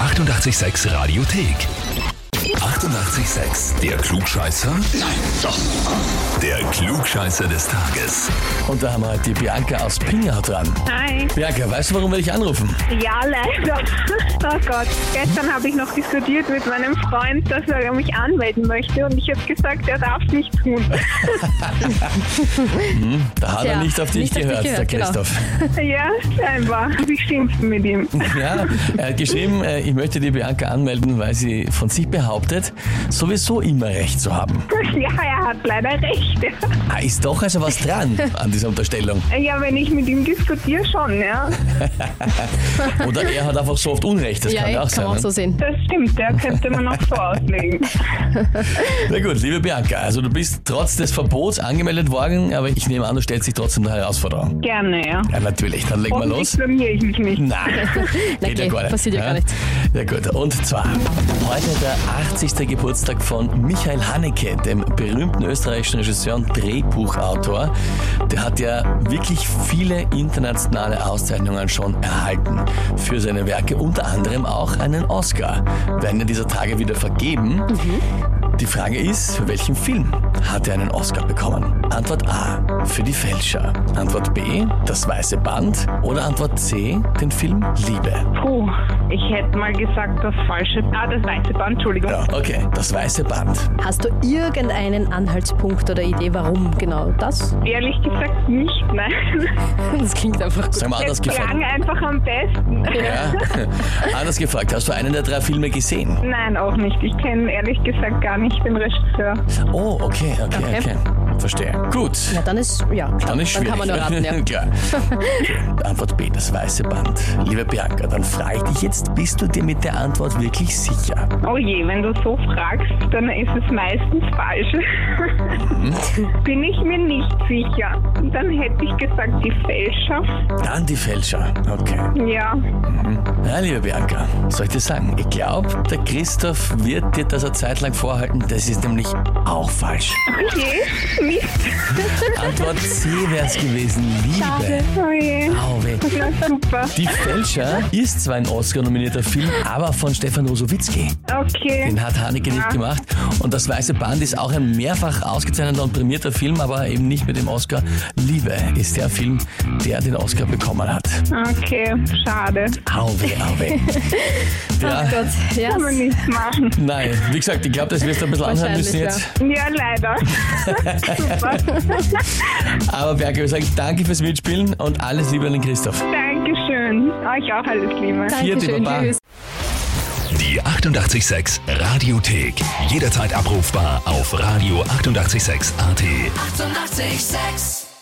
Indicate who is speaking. Speaker 1: 886 Radiothek. 88,6. Der Klugscheißer? Nein, doch. Der Klugscheißer des Tages.
Speaker 2: Und da haben wir die Bianca aus Pinga dran.
Speaker 3: Hi.
Speaker 2: Bianca, weißt du, warum wir dich anrufen?
Speaker 3: Ja, leider. Oh Gott. Gestern habe ich noch diskutiert mit meinem Freund, dass er mich anmelden möchte und ich habe gesagt, er darf es nicht tun.
Speaker 2: Da hat er
Speaker 4: Tja,
Speaker 2: nicht auf dich
Speaker 4: nicht auf dich
Speaker 2: gehört, der
Speaker 4: gehört, genau.
Speaker 2: Christoph.
Speaker 3: ja, scheinbar. Ich schimpfe mit ihm.
Speaker 2: Ja, er hat geschrieben, äh, ich möchte die Bianca anmelden, weil sie von sich behauptet, sowieso immer recht zu haben.
Speaker 3: ja, er hat leider recht.
Speaker 2: Ah, ist doch also was dran an dieser Unterstellung.
Speaker 3: ja, wenn ich mit ihm diskutiere, schon, ja.
Speaker 2: Oder er hat einfach so oft Unrecht, das
Speaker 4: ja,
Speaker 2: kann
Speaker 4: eh,
Speaker 2: ja auch
Speaker 4: kann
Speaker 2: sein.
Speaker 4: man auch so
Speaker 2: ne?
Speaker 4: sehen.
Speaker 3: Das stimmt, ja, könnte man auch so auslegen.
Speaker 2: Na gut, liebe Bianca, also du bist trotz des Verbots angemeldet worden, aber ich nehme an, du stellst dich trotzdem der Herausforderung.
Speaker 3: Gerne, ja.
Speaker 2: Ja, natürlich, dann legen wir
Speaker 3: Hoffentlich
Speaker 2: los. Hm.
Speaker 3: blamier ich mich nicht.
Speaker 2: Nein,
Speaker 4: Na
Speaker 2: geht ja
Speaker 4: geh,
Speaker 2: gar nicht.
Speaker 4: passiert ja gar nichts.
Speaker 2: Ja gut, und zwar heute der 80. Geburtstag von Michael Haneke, dem berühmten österreichischen Regisseur und Drehbuchautor. Der hat ja wirklich viele internationale Auszeichnungen schon erhalten für seine Werke, unter anderem auch einen Oscar. Werden ja dieser Tage wieder vergeben.
Speaker 4: Mhm.
Speaker 2: Die Frage ist, für welchen Film hat er einen Oscar bekommen? Antwort A, für die Fälscher. Antwort B, das weiße Band. Oder Antwort C, den Film Liebe.
Speaker 3: Puh, ich hätte mal gesagt, das falsche. Ah, das weiße Band, Entschuldigung.
Speaker 2: Ja, okay, das weiße Band.
Speaker 4: Hast du irgendeinen Anhaltspunkt oder Idee, warum genau das?
Speaker 3: Ehrlich gesagt nicht, nein.
Speaker 4: Das klingt einfach gut.
Speaker 2: Sagen wir anders
Speaker 3: Das klang
Speaker 2: gefragt.
Speaker 3: einfach am besten.
Speaker 2: Ja, anders gefragt, hast du einen der drei Filme gesehen?
Speaker 3: Nein, auch nicht. Ich kenne ehrlich gesagt gar nicht den Regisseur.
Speaker 2: Oh, okay, okay, okay.
Speaker 4: Okay.
Speaker 2: Verstehe. Gut,
Speaker 4: Ja, dann ist, ja, klar.
Speaker 2: dann ist
Speaker 4: dann
Speaker 2: schwierig.
Speaker 4: kann man nur raten, ja.
Speaker 2: Klar. Okay, Antwort B, das weiße Band. Liebe Bianca, dann frage ich dich jetzt, bist du dir mit der Antwort wirklich sicher?
Speaker 3: Oh je, wenn du so fragst, dann ist es meistens falsch. Bin ich mir nicht sicher. Dann hätte ich gesagt, die Fälscher.
Speaker 2: Dann die Fälscher. Okay.
Speaker 3: Ja,
Speaker 2: Ja, liebe Bianca, soll ich dir sagen, ich glaube, der Christoph wird dir das eine Zeit lang vorhalten. Das ist nämlich auch falsch.
Speaker 3: okay, Mist.
Speaker 2: Antwort C wäre es gewesen, Liebe.
Speaker 3: Oh je.
Speaker 2: Auwe.
Speaker 3: Na super.
Speaker 2: Die Fälscher ist zwar ein Oscar-nominierter Film, aber von Stefan Rosowitzki.
Speaker 3: Okay.
Speaker 2: Den hat Haneke nicht gemacht. Und das Weiße Band ist auch ein mehrfach ausgezeichneter und prämierter Film, aber eben nicht mit dem Oscar. Liebe ist der Film, der den Oscar bekommen hat.
Speaker 3: Okay, schade.
Speaker 2: Auwe, auwe.
Speaker 4: Oh
Speaker 2: Ja,
Speaker 4: Gott, ja.
Speaker 3: Kann man nichts machen.
Speaker 2: nein, wie gesagt, ich glaube, das wirst du ein bisschen anhören müssen
Speaker 4: Wahrscheinlich,
Speaker 2: jetzt.
Speaker 3: Ja, leider. super.
Speaker 2: Aber Berger, wir sagen danke fürs Mitspielen und alles Liebe an den Christoph.
Speaker 3: Dankeschön. Euch auch alles Liebe.
Speaker 2: Vierte,
Speaker 4: Dankeschön,
Speaker 2: Baba.
Speaker 4: tschüss.
Speaker 1: Die 88,6 Radiothek. Jederzeit abrufbar auf radio886.at. 88,6.
Speaker 5: Eighty-eight, sex.